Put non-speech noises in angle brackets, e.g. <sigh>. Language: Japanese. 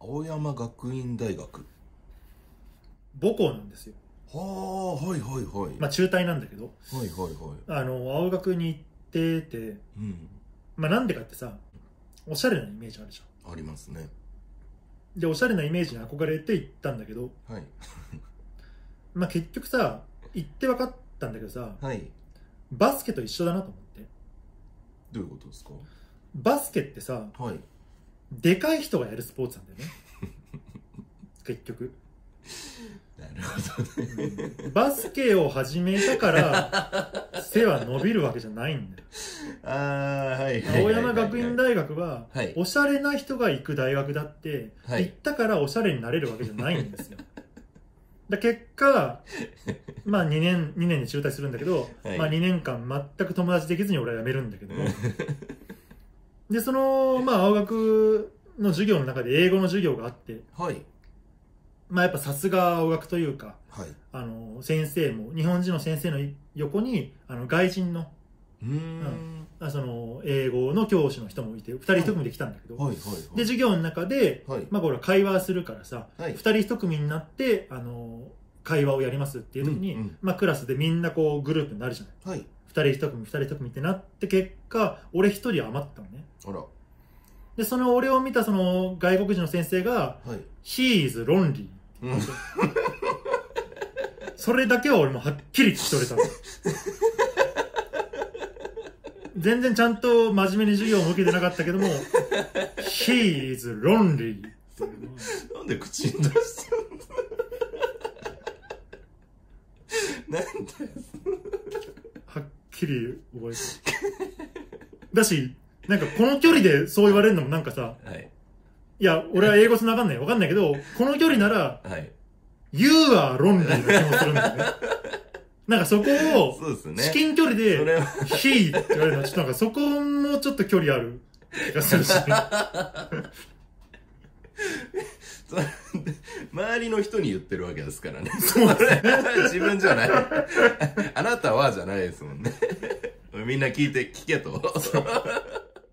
青山学院大学母校なんですよ、はあはいはいはい、まあ、中退なんだけどはいはいはいあの青学に行っててうんまあなんでかってさおしゃれなイメージあるじゃありますねんでおしゃれなイメージに憧れて行ったんだけど、はいまあ、結局さ行って分かったんだけどさはいバスケと一緒だなと思ってどういうことですかバスケってさはいでかい人がやるスポーツなんだよね結局なるほどねバスケを始めたから背は伸びるわけじゃないんだよ <laughs> ああはいはい青山学院大学ははいおしゃれな人が行く大学だって、はい行ったからおしゃれになれるわけじゃない <laughs> んですよだ結果、まあ、2年2年で中退するんだけど、はいまあ、2年間全く友達できずに俺は辞めるんだけど <laughs> もでその、まあ、青学の授業の中で英語の授業があって、はいまあ、やっぱさすが青学というかはいあの先生も日本人の先生の横にあの外人のうーんあその英語の教師の人もいて2人1組で来たんだけど、はいはいで授業の中で、はいまあ、これは会話するからさ、はい2人1組になってあの会話をやりますっていう時に、うんうんまあ、クラスでみんなこうグループになるじゃないはい2人1組2人1組ってなって結果俺1人余ったのねあらはでその俺を見たその外国人の先生がい「He <laughs> is lonely うん」それだけは俺もはっきり聞き取れたの全然ちゃんと真面目に授業も受けてなかったけども「He is lonely」っていうのはなんで口に出してんだ <laughs> なんではっきり覚えてるだしなんかこの距離でそう言われるのもなんかさはいいや俺は英語つながんないわかんないけどこの距離ならはい「You are lonely」な気もするんだよねなんかそこをそうですね至近距離そでれは「He」って言われるのはちょっとなんかそこもちょっと距離ある気がするしそれ <laughs> 周りの人に言ってるわけですからね <laughs> そうですね自分じゃない <laughs> あなたはじゃないですもんねみんな聞いて聞けと